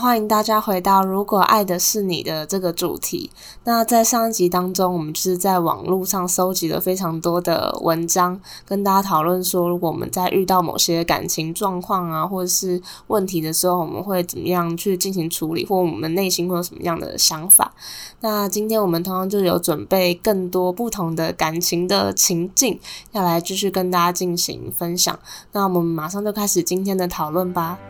欢迎大家回到《如果爱的是你》的这个主题。那在上一集当中，我们就是在网络上搜集了非常多的文章，跟大家讨论说，如果我们在遇到某些感情状况啊，或者是问题的时候，我们会怎么样去进行处理，或我们内心会有什么样的想法。那今天我们同样就有准备更多不同的感情的情境，要来继续跟大家进行分享。那我们马上就开始今天的讨论吧。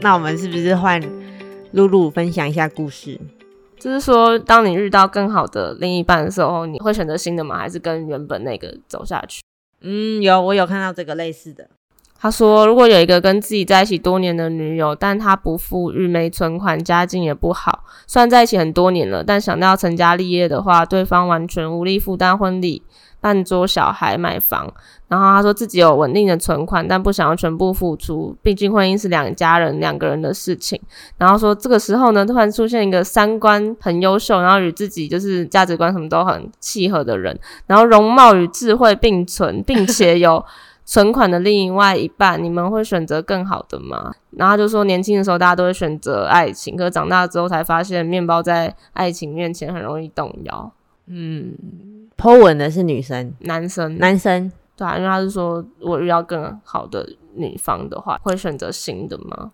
那我们是不是换露露分享一下故事？就是说，当你遇到更好的另一半的时候，你会选择新的吗？还是跟原本那个走下去？嗯，有，我有看到这个类似的。他说，如果有一个跟自己在一起多年的女友，但她不富裕、没存款、家境也不好，虽然在一起很多年了，但想到成家立业的话，对方完全无力负担婚礼、办桌、小孩、买房。然后他说自己有稳定的存款，但不想要全部付出，毕竟婚姻是两家人两个人的事情。然后说这个时候呢，突然出现一个三观很优秀，然后与自己就是价值观什么都很契合的人，然后容貌与智慧并存，并且有存款的另外一半，你们会选择更好的吗？然后他就说，年轻的时候大家都会选择爱情，可是长大之后才发现，面包在爱情面前很容易动摇。嗯，Po 文的是女生，男生，男生对啊，因为他是说，我遇到更好的女方的话，会选择新的吗？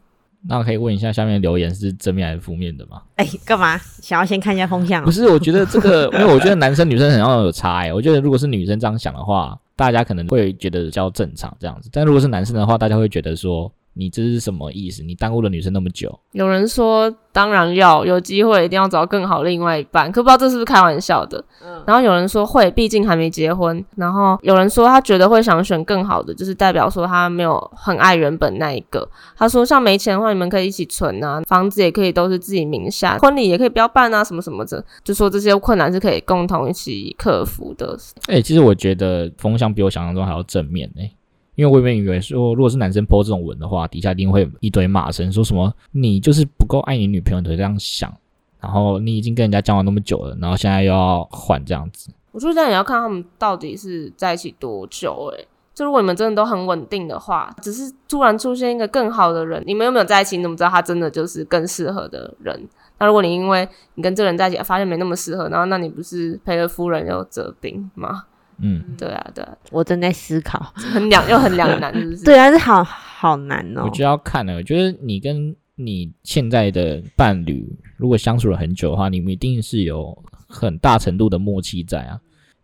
那我可以问一下，下面留言是正面还是负面的吗？哎，干嘛？想要先看一下风向、不哦？是，我觉得这 个，因为我觉得男生女生很要有差哎、我觉得如果是女生这样想的话，大家可能会觉得比较正常这样子，但如果是男生的话，大家会觉得说你这是什么意思？你耽误了女生那么久，有人说，当然要有机会，一定要找更好另外一半。可不知道这是不是开玩笑的。嗯然后有人说会，毕竟还没结婚。然后有人说他觉得会想选更好的，就是代表说他没有很爱原本那一个。他说像没钱的话，你们可以一起存啊，房子也可以都是自己名下，婚礼也可以不要办啊，什么什么的。就说这些困难是可以共同一起克服的。哎、其实我觉得风向比我想象中还要正面哎、因为我原本以为说，如果是男生 po 这种文的话，底下一定会一堆骂声，说什么你就是不够爱你女朋友，你才这样想，然后你已经跟人家交往那么久了，然后现在又要换这样子。我觉得这样也要看他们到底是在一起多久、欸。诶，就如果你们真的都很稳定的话，只是突然出现一个更好的人，你们有没有在一起？你怎么知道他真的就是更适合的人？那如果你因为你跟这个人在一起，发现没那么适合，然后那你不是赔了夫人又折兵吗？嗯，对啊，对啊，我正在思考。很两又很两难，是 不是？对啊，这好好难哦我。觉得要看呢、我觉得你跟你现在的伴侣，如果相处了很久的话，你们一定是有很大程度的默契在啊，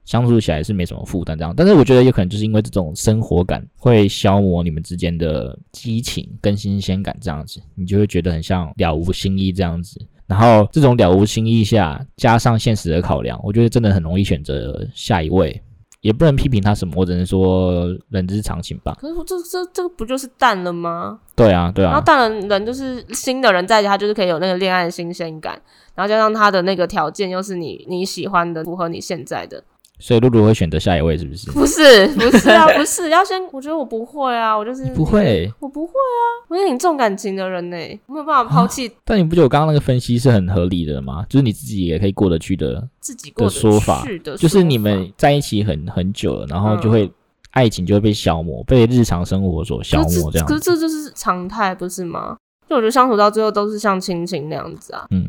相处起来是没什么负担这样。但是我觉得有可能就是因为这种生活感会消磨你们之间的激情跟新鲜感，这样子你就会觉得很像了无新意这样子。然后这种了无新意下，加上现实的考量，我觉得真的很容易选择下一位，也不能批评他什么，我只能说人之常情吧。可是我这这这个不就是淡了吗？对啊，对啊。然后当然人就是新的人在一起，他就是可以有那个恋爱的新鲜感，然后加上他的那个条件又是你你喜欢的，符合你现在的，所以露露会选择下一位，是不是？不是，不是啊，不是，要先，我觉得我不会啊，我就是不，会，我不会啊，我是挺重感情的人呢、我没有办法抛弃但你不觉得我刚刚那个分析是很合理的吗？就是你自己也可以过得去的，自己过得去说法的就是说你法们在一起很很久了，然后就会、嗯爱情就会被消磨，被日常生活所消可是磨，这样可是子。这就是常态，不是吗？就我觉得相处到最后都是像亲情那样子啊，嗯，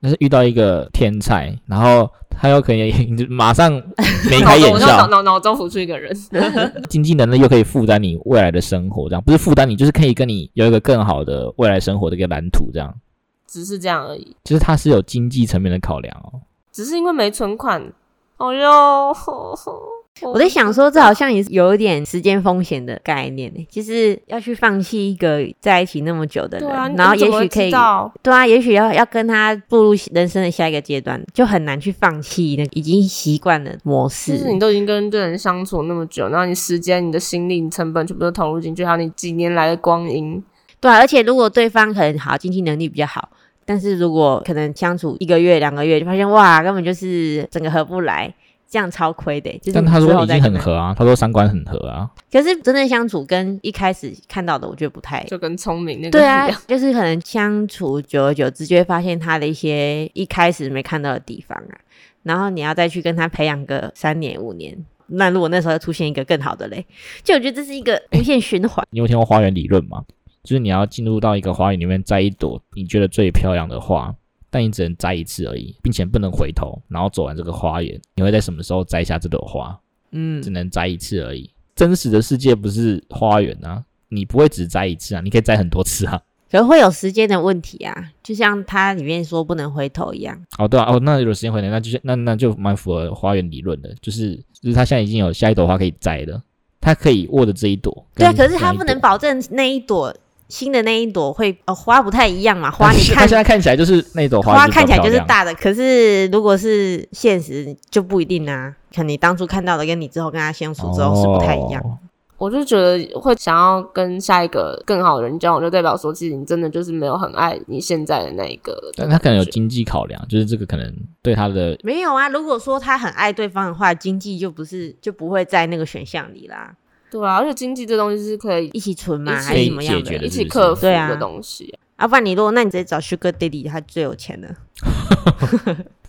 但是遇到一个天才，然后他又可以你就 马上眉脑开中眼哦我就脑笑，脑脑中浮出一个 人，经济能力又可以负担你未来的生活，这样不是负担你，就是可以跟你有一个更好的未来生活的一个蓝图，这样。只是这样而已，就是他是有经济层面的考量哦。只是因为没存款，哦哟，我在想说，这好像也是有一点时间风险的概念呢，就是要去放弃一个在一起那么久的人，对啊，你然后你怎也么会许可以知，道对啊，也许要要跟他步入人生的下一个阶段，就很难去放弃那个已经习惯的模式。就是你都已经跟这人相处那么久，然后你时间、你的心力、你成本全部都投入进去，还有你几年来的光阴，对啊、而且如果对方可能好经济能力比较好，但是如果可能相处一个月、两个月，就发现哇，根本就是整个合不来，这样超亏的。就是但他之说后已再经可很能，合啊，他说三观很合啊。可是真正相处跟一开始看到的，我觉得不太。就跟聪明那个哎对一啊样。，就是可能相处久而久之，就会发现他的一些一开始没看到的地方啊，然后你要再去跟他培养个三年五年，那如果那时候又出现一个更好的嘞，就我觉得这是一个无限循环。你有听过花园理论吗？就是你要进入到一个花园里面摘一朵你觉得最漂亮的花，但你只能摘一次而已，并且不能回头，然后走完这个花园，你会在什么时候摘下这朵花？嗯只，能摘一次而已。真实的世界不是花园啊，你不会只摘一次啊，你可以摘很多次啊。可能会有时间的问题啊，就像它里面说不能回头一样。哦，对啊，哦，那有时间回来，那就是那那就蛮符合花园理论的，就是就是他现在已经有下一朵花可以摘了，他可以握着这一朵。对啊，跟可是它那一不朵能保证那一朵新的那一朵会呃花不太一样嘛，花但你是看它现在看起来就是那一朵花花是比较看起来就是漂亮大的，可是如果是现实就不一定啊。可能你当初看到的跟你之后跟他相处之后是不太一样。哦我就觉得会想要跟下一个更好的人交往，就代表说，其实你真的就是没有很爱你现在的那一个了。但他可能有经济考量，就是这个可能对他的没有啊，如果说他很爱对方的话，经济就不是就不会在那个选项里啦，对啊，而且经济这东西是可以一起存嘛一起还是怎么样可以解决的的？一起克服对啊的东西、啊，不然你如果那你直接找 Sugar Daddy，他最有钱了。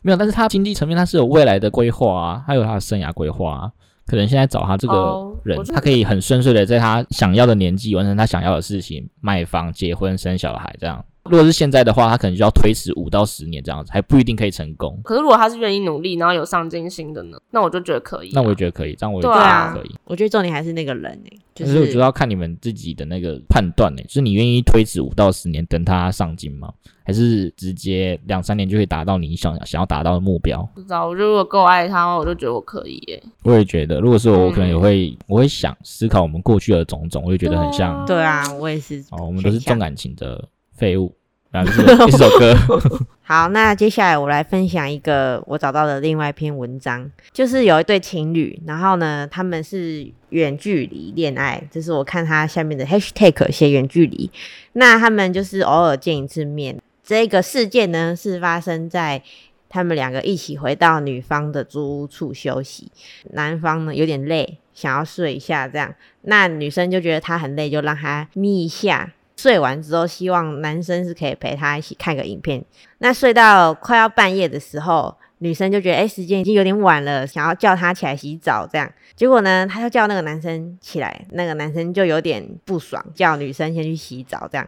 没有，但是他经济层面他是有未来的规划啊，还有他的生涯规划啊。可能现在找他这个哦人我觉得他可以很顺遂的在他想要的年纪完成他想要的事情，卖房、结婚、生小孩这样。如果是现在的话，他可能就要推迟五到十年这样子，还不一定可以成功。可是如果他是愿意努力，然后有上进心的呢，那我就觉得可以、啊那我也觉得可以，这样我也觉对得啊可以。我觉得重点还是那个人、欸，就但是我觉是得要看你们自己的那个判断呢、就是你愿意推迟五到十年等他上进吗？还是直接两三年就可以达到你想想要达到的目标？不知道，我就如果够爱他，我就觉得我可以耶、我也觉得，如果是我，嗯我可能也会，我会想思考我们过去的种种，我也觉得很像对啊对啊，我也是。哦，我们都是选项重感情的废物。然后就是一首歌， 好，那接下来我来分享一个我找到的另外一篇文章，就是有一对情侣，然后呢，他们是远距离恋爱，这是我看他下面的 hashtag 写远距离，那他们就是偶尔见一次面。这个事件呢，是发生在他们两个一起回到女方的租屋处休息，男方呢有点累，想要睡一下这样，那女生就觉得他很累，就让他眯一下。睡完之后，希望男生是可以陪他一起看个影片，那睡到快要半夜的时候，女生就觉得哎、诶时间已经有点晚了，想要叫他起来洗澡这样。结果呢，她就叫那个男生起来，那个男生就有点不爽，叫女生先去洗澡这样。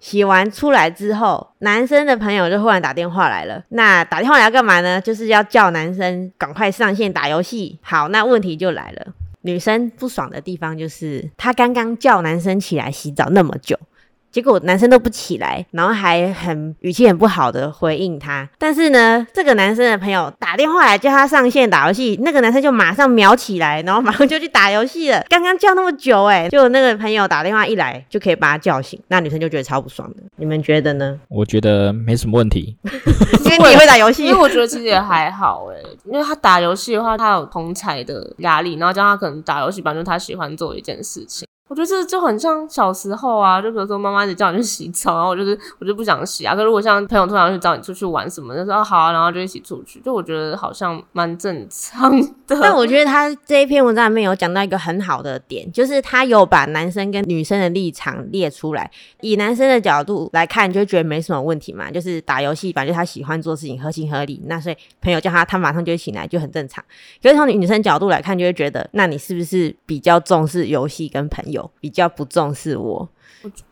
洗完出来之后，男生的朋友就忽然打电话来了。那打电话来要干嘛呢？就是要叫男生赶快上线打游戏。好，那问题就来了，女生不爽的地方就是她刚刚叫男生起来洗澡那么久，结果男生都不起来，然后还很语气很不好的回应他。但是呢，这个男生的朋友打电话来叫他上线打游戏，那个男生就马上秒起来，然后马上就去打游戏了。刚刚叫那么久、欸，哎，就那个朋友打电话一来就可以把他叫醒，那女生就觉得超不爽的。你们觉得 呢？我觉得没什么问题。因为你也会打 游因戏为，我觉得其实也还好哎、因为他打游戏的话，他有同彩的压力，然后加上他可能打游戏本来就是他喜欢做的一件事情。我觉得这就很像小时候啊，就比如说妈妈一直叫你去洗澡，然后我就是我就不想洗啊。可如果像朋友突然去找你出去玩什么，就说、哦、好啊，然后就一起出去，就我觉得好像蛮正常的。 但我觉得他这一篇文章里面有讲到一个很好的点，就是他有把男生跟女生的立场列出来。以男生的角度来看，就觉得没什么问题嘛，就是打游戏，反正就他喜欢做事情，合情合理。那所以朋友叫他，他马上就会醒来，就很正常。可是从女生角度来看，就会觉得，那你是不是比较重视游戏跟朋友，比较不重视我？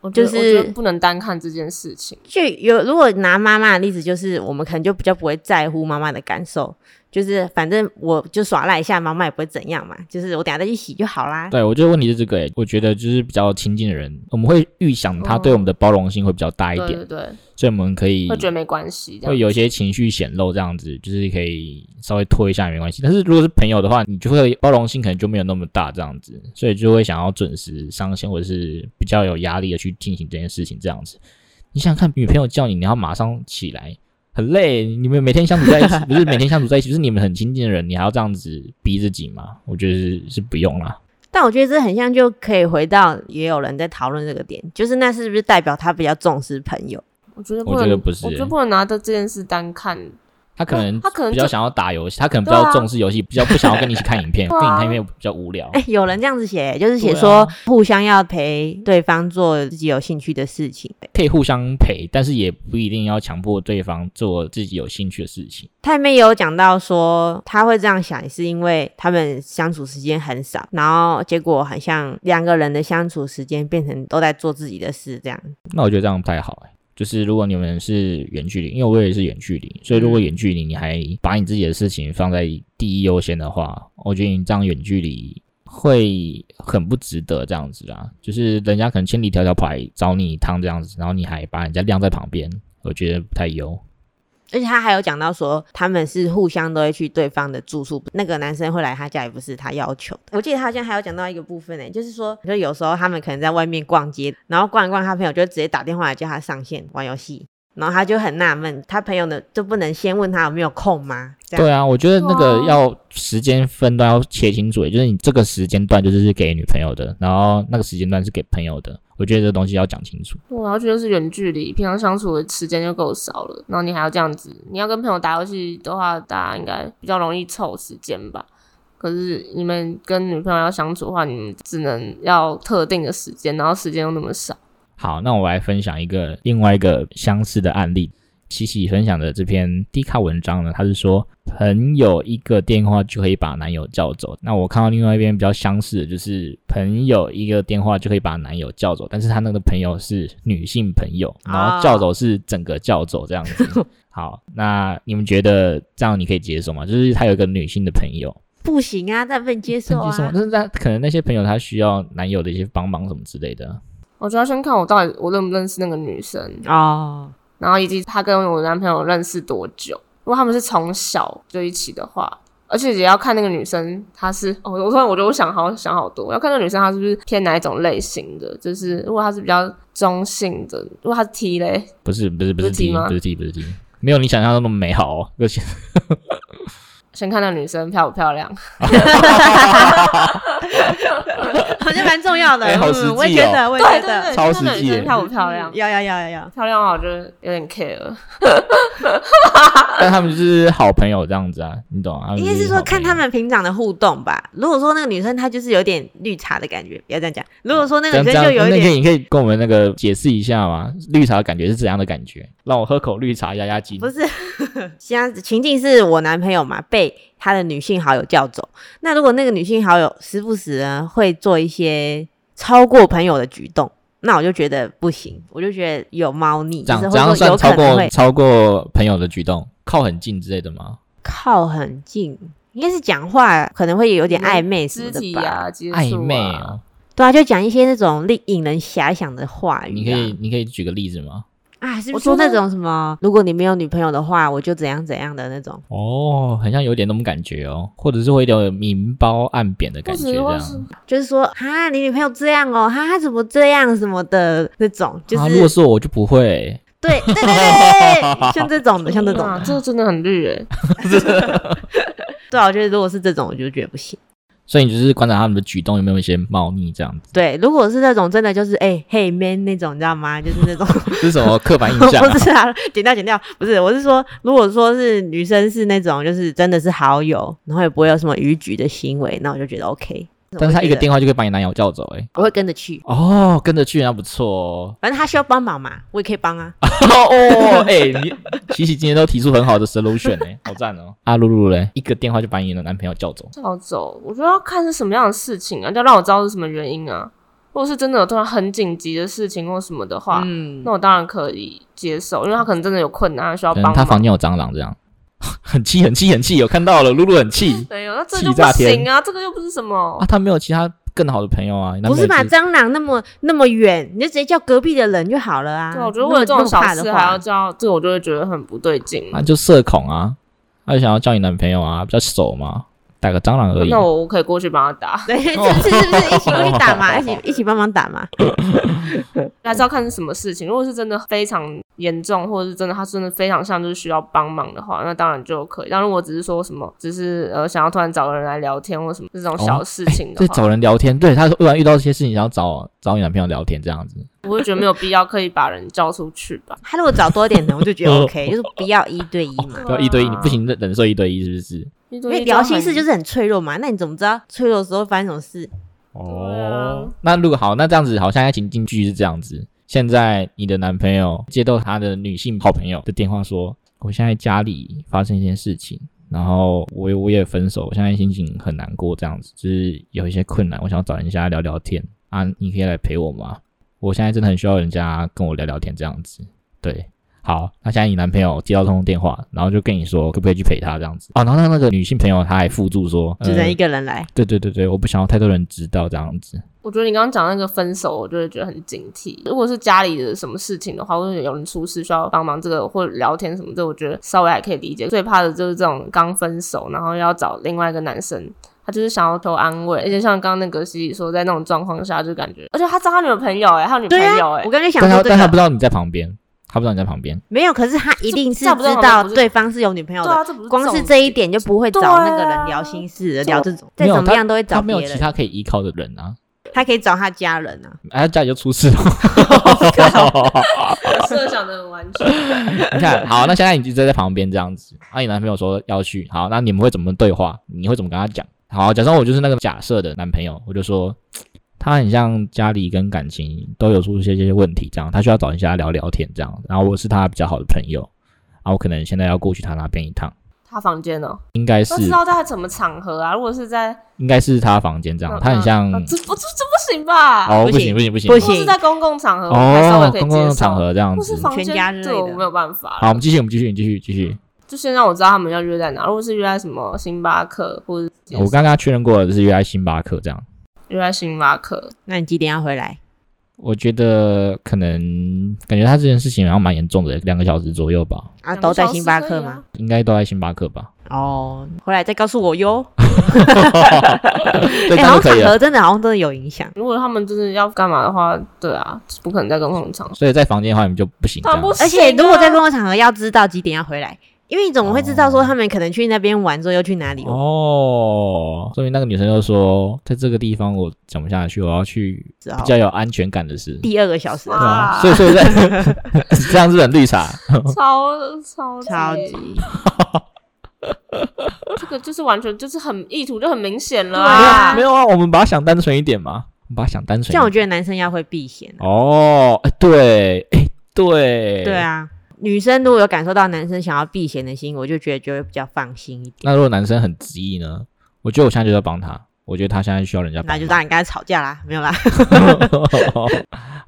我觉得就是我觉得不能单看这件事情。就有如果拿妈妈的例子，就是我们可能就比较不会在乎妈妈的感受，就是反正我就耍赖一下，妈妈也不会怎样嘛，就是我等下再去洗就好啦。对我觉得问题是这个、欸，我觉得就是比较亲近的人，我们会预想他哦对我们的包容性会比较大一对点，对对，所以我们可以会觉得没关系这样会。有一些情绪显露，这样子就是可以稍微拖一下也没关系。但是如果是朋友的话，你就会包容性可能就没有那么大，这样子，所以就会想要准时上线，或者是比较有压力的去进行这件事情，这样子。你想想看，女朋友叫你，你要马上起来，很累。你们每天相处在一起，不是每天相处在一起，就是你们很亲近的人，你还要这样子逼自己吗？我觉得是是不用啦。但我觉得这很像，就可以回到也有人在讨论这个点，就是那是不是代表他比较重视朋友？我觉得不我觉能，得不是我觉欸得不能拿着这件事单看。他可能他可能比较就想要打游戏，他可能比对啊较重视游戏，比较不想要跟你一起看影片，对跟啊你看影片比较无聊哎、。有人这样子写，就是写对说啊互相要陪对方做自己有兴趣的事情。可以互相陪，但是也不一定要强迫对方做自己有兴趣的事情。他里面有讲到说，他会这样想，是因为他们相处时间很少，然后结果好像两个人的相处时间变成都在做自己的事，这样。那我觉得这样不太好、欸。就是如果你们是远距离，因为我也是远距离，所以如果远距离你还把你自己的事情放在第一优先的话，我觉得你这样远距离会很不值得这样子啊。就是人家可能千里迢迢跑来找你一趟这样子，然后你还把人家晾在旁边，我觉得不太优。而且他还有讲到说，他们是互相都会去对方的住宿，那个男生会来他家也不是他要求的。我记得他好像还有讲到一个部分呢、就是说，就有时候他们可能在外面逛街，然后逛一逛，他朋友就直接打电话来叫他上线玩游戏，然后他就很纳闷，他朋友呢就不能先问他有没有空吗？这样对啊，我觉得那个哇要时间分段要切清楚，也就是你这个时间段就是给女朋友的，然后那个时间段是给朋友的。我觉得这东西要讲清楚。我要去就是远距离，平常相处的时间就够少了，然后你还要这样子，你要跟朋友打游戏的话，大家应该比较容易凑时间吧。可是你们跟女朋友要相处的话，你们只能要特定的时间，然后时间又那么少。好，那我来分享一个另外一个相似的案例。琪琪分享的这篇低卡文章呢，他是说朋友一个电话就可以把男友叫走。那我看到另外一篇比较相似的，就是朋友一个电话就可以把男友叫走，但是他那个朋友是女性朋友，然啊后叫走是整个叫走这样 子。好，那你们觉得这样你可以接受吗？就是他有一个女性的朋友，不行啊，但不能接受但是啊。但是他可能那些朋友他需要男友的一些帮忙什么之类的。我就要先看我到底我认不认识那个女生，哦，然后以及她跟我男朋友认识多久。如果他们是从小就一起的话，而且也要看那个女生她是哦，我突然我觉得我想好想好多，要看那个女生她是不是偏哪一种类型的。就是如果她是比较中性的，如果她是 T 嘞，不是不是不不是是 T T 吗不是 T 不是 T，没有你想象中那么美好 哦。而且先看那个女生漂不漂 亮。好像蛮重要的。哎好实际嗯，哦我也觉得，我也觉对对得对，超看那个实际女耶生漂不漂亮嗯。要要要要要。漂亮的话，我就有点 care。但他们就是好朋友这样子啊，你懂啊？应该是说看他好朋友。们平常的互动吧。如果说那个女生她就是有点绿茶的感觉，不要这样讲。如果说那这个女生样这就有样，一那天点，你可以跟我们那个解释一下吗？绿茶的感觉是怎样的感觉？让我喝口绿茶压压惊。不是， 现在情境是我男朋友嘛，被他的女性好友叫走。那如果那个女性好友时不时呢会做一些超过朋友的举动，那我就觉得不行，我就觉得有猫腻，这就是样会这说样有算超可能过会超过朋友的举动，靠很近之类的吗？靠很近。应该是讲话可能会有点暧昧什么肢的体吧，啊，接触啊暧昧哦，对啊，就讲一些那种令引人遐想的话语、啊。你可以你可以举个例子吗？啊，是我不是说觉那得种什么，如果你没有女朋友的话，我就怎样怎样的那种？哦，很像有点那种感觉哦，或者是会有点明褒暗贬的感或觉这者或样。是就是说啊，你女朋友这样哦，哈、她怎么这样什么的那种，就是、啊，如果是我我就不会。对对对对 对，像这种的，像这种啊 的，，这个真的很绿诶。对啊，我觉得如果是这种，我就觉得不行。所以你就是观察他们的举动有没有一些猫腻这样 子。对，如果是那种真的就是哎嘿 man 那种，你知道吗？就是那种是什么刻 板印象、啊？不是啊，剪掉剪掉，不是，我是说，如果说是女生是那种就是真的是好友，然后也不会有什么逾矩的行为，那我就觉得 OK。但是他一个电话，话就可以把你男友叫走、欸，我会跟着去，哦，跟着去那不错哦。反正他需要帮忙嘛，我也可以帮啊。 哦， 哎、你琪琪今天都提出很好的 solution 哎、 好赞哦。阿露露嘞，一个电话就把你的男朋友叫走，叫走，我觉得要看是什么样的事情啊，就让我知道是什么原因啊。如果是真的有突然很紧急的事情或什么的话，嗯那我当然可以接受，因为他可能真的有困难，他需要可帮能忙。嗯他房间有蟑螂这样， 很气很气很气，有看到了，露露很 气没哦有，那这气就不炸天行啊，这个又不是什么啊，。他没有其他更好的朋友啊，男不朋友是吧？就是蟑螂那么那么远，你就直接叫隔壁的人就好了啊。对，我觉得我有这种小那么事那么怕的话还要叫，这个我就会觉得很不对劲。啊就社恐啊，他就想要叫你男朋友啊，比较熟嘛，打个蟑螂而已。那我我可以过去帮他打， 对，是不是是不是一起过去打嘛？一起一起帮忙打嘛？还是要看是什么事情。如果是真的非常严重，或者是真的他真的非常像就是需要帮忙的话，那当然就可以。但如果只是说什么，只是呃想要突然找个人来聊天或什么这种小事情的对，话，找人聊天，对他突然遇到一些事情，想要找找你男朋友聊天这样子。我会觉得没有必要刻意把人叫出去吧。他如果找多一点人，我就 觉得 OK，就是不要一对一嘛。啊要一对一，你不行忍忍受一对一是不是？因因为聊心事就是很脆弱嘛，那你怎么知道脆弱的时候发生什么事？嗯哦，那如果好，那这样子好，现在情境剧是这样子：现在你的男朋友接到他的女性好朋友的电话说，我现在家里发生一件事情，然后我也我也分手，我现在心情很难过，这样子就是有一些困难，我想要找人家聊聊天啊，你可以来陪我吗？我现在真的很需要人家跟我聊聊天，这样子。对，好，那现在你男朋友接到这通电话，然后就跟你说可不可以去陪他这样子哦，然后那那个女性朋友她还附注说，就呃人一个人来，对对对对，我不想要太多人知道这样子。我觉得你刚刚讲那个分手，我就会觉得很警惕。如果是家里的什么事情的话，或者有人出事需要帮忙，这个或者聊天什么的，我觉得稍微还可以理解。最怕的就是这种刚分手，然后要找另外一个男生，他就是想要求安慰。而且像刚刚那个西西说，在那种状况下就感觉，而且他找他女朋友哎、他有女朋对友啊哎、，我刚才想但他说这但他不个知道你在旁边，他不知道你在旁边。没有，可是他一定是这不知是道对方是有女朋友对的，啊，这不是光是重这一点点就不会找对啊那个人聊心事了，这聊这种，没再有怎么样都会他找没有别其人，他可以依靠的人啊，他可以找他家人啊。哎，他家里就出 事了。设想的很完全。 你看，好，那现在你就在在旁边这样子，啊，你男朋友说要去，好，那你们会怎么对话？你会怎么跟他讲？好，假设我就是那个假设的男朋友，我就说他很像家里跟感情都有出现这些问题，这样他需要找人家聊聊天，这样，然后我是他比较好的朋友，啊，我可能现在要过去他那边一趟，他房间哦、应该是要知道在什么场合啊？如果是在，应该是他房间这样，嗯他很像嗯啊这不这这不行吧？哦，不不行行不行不行不如果是在公共场合，我还稍微哦可，以公接共受。场合这样或是子。房全家间，之对，类我的没有办法了。好，我们继续，我们继续，你继续继续。就先让我知道他们要约在哪。如果是约在什么星巴克，或者我刚刚确认过了，是约在星巴克这样。约在星巴克，那你几点要回来？我觉得可能感觉他这件事情好像蛮严重的，两个小时左右吧，啊，都在星巴克吗？应该都在星巴克吧。哦，回来再告诉我哟。对，哎，这好样像就可场以啊了。合真的好像真的有影响，如果他们真的要干嘛的话，对啊，不可能在公共 场合。所以在房间的话，你们就不行这当样然不。行啊，而且如果在公共场合要知道几点要回来，因为你总会知道说他们可能去那边玩之后又去哪里玩哦，所以那个女生就说，在这个地方我讲不下去，我要去之哦比后，较有安全感的事。第二个小时对啊哇所以所以在 这样是很绿茶。超超超级级。这个就是完全就是很意图就很明显了对啊，啊没有啊，我们把它想单纯一点嘛，我们把它想单纯一点。像我觉得男生要会避嫌、啊，哦，哎对，哎对，对。啊，女生如果有感受到男生想要避嫌的心，我就觉得就会比较放心一点，那如果男生很执意呢？我觉得我现在就要帮他，我觉得他现在需要人家帮那他就让你跟他吵架 啦，没有啦，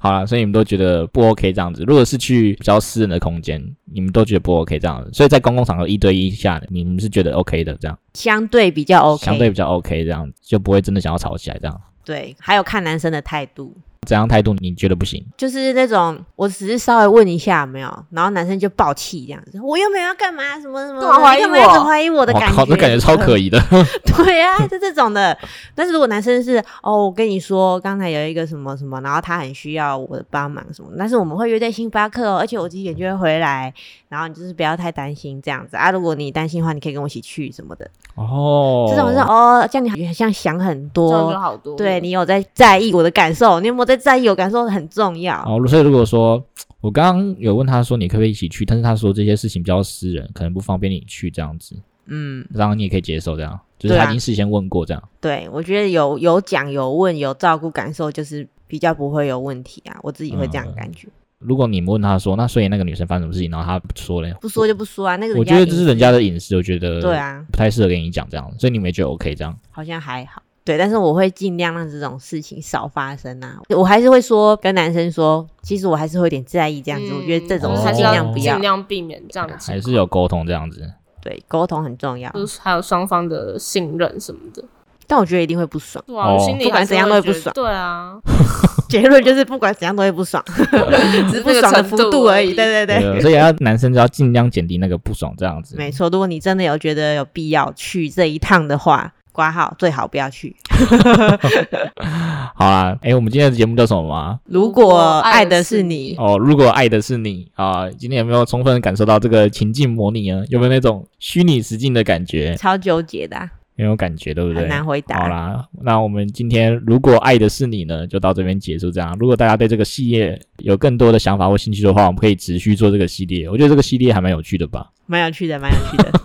好了，所以你们都觉得不 OK 这样子。如果是去比较私人的空间，你们都觉得不 OK 这样子。所以在公共场合一对一下，你们是觉得 OK 的这样相对比较 OK，相对比较 OK 这样子，就不会真的想要吵起来这样。对，还有看男生的态度。怎样态度你觉得不行？就是那种，我只是稍微问一下，有没有，然后男生就爆气这样子，我又没有要干嘛，什么什么，干嘛怀疑你干嘛一直我怀疑我的哇感觉，靠，这感觉超可疑的。 对啊，就这种的。但是如果男生是哦，我跟你说，刚才有一个什么什么，然后他很需要我的帮忙什么，但是我们会约在星巴克哦，而且我几点就会回来，然后你就是不要太担心这样子啊。如果你担心的话，你可以跟我一起去什么的。哦，这种是哦，这样你好像想很这样就多，好多了。对你有在在意我的感受，你有没有在在意我感受很重要。哦，所以如果说我刚刚有问他说你可不可以一起去，但是他说这些事情比较私人，可能不方便你去这样子，嗯，然后你也可以接受这样，就是对啊他已经事先问过这样。对，我觉得有有讲有问有照顾感受，就是比较不会有问题啊。我自己会这样嗯感觉，如果你们问他说，那所以那个女生发生什么事情，然后他不说嘞，不说就不说啊。那个人我觉家得隐这是私人家的隐私，我觉得对啊。不太适合跟你讲这样，所以你们也觉得 OK 这样。好像还好。对，但是我会尽量让这种事情少发生啊。我还是会说跟男生说，其实我还是会有点在意这样子。嗯我觉得这种哦事还尽是要量不要。尽量避免这样的情还况，是有沟通这样子。对，沟通很重要。就是还有双方的信任什么的，但我觉得一定会不爽。 对啊，哦心里不管还是怎样会都会不觉得爽对啊，结论就是不管怎样都会不爽， 只是不爽的幅度而已。对对对，对，所以要男生就要尽量减低那个不爽这样子。没错。如果你真的有觉得有必要去这一趟的话，挂号最好不要去。好啦，哎、我们今天的节目叫什么吗？如果果爱爱的的是是你你，哦，如果爱的是你啊、今天有没有充分感受到这个情境模拟啊呢？有没有那种虚拟实境的感觉？超纠结的啊、没有感觉，对不对？很难回答好啦，那我们今天如果爱的是你呢，就到这边结束。这样，如果大家对这个系列有更多的想法或兴趣的话，我们可以持续做这个系列。我觉得这个系列还蛮有趣的吧，蛮有趣的，蛮有趣的。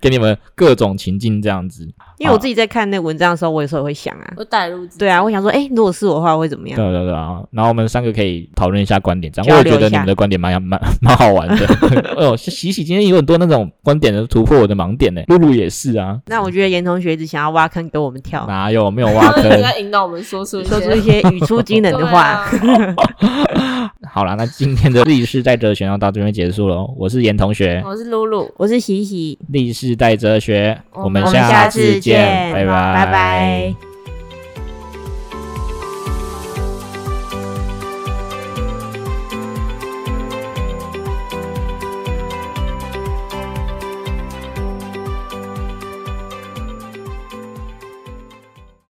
给你们各种情境这样子。因为我自己在看那文章的时候，我有时候也会想啊，我带入自己对啊，我想说，哎、如果是我的话，会怎么对样？对对啊，然后我们三个可以讨论一下观点，这样交我也流觉得一你下们的观点蛮蛮蛮好玩的。 哦，喜喜今天也有很多那种观点的突破我的盲点呢，露露也是啊，那我觉得严同学一直想要挖坑给我们跳，哪有没有挖他一直 坑？在引导我们说出一些说出一些语出惊人的 对话。啊好啦，那今天的历史带哲学就到这边结束喽。我是严同学，我是露露。我是喜喜，历史带哲学，我我们们下下次次见，见拜拜拜。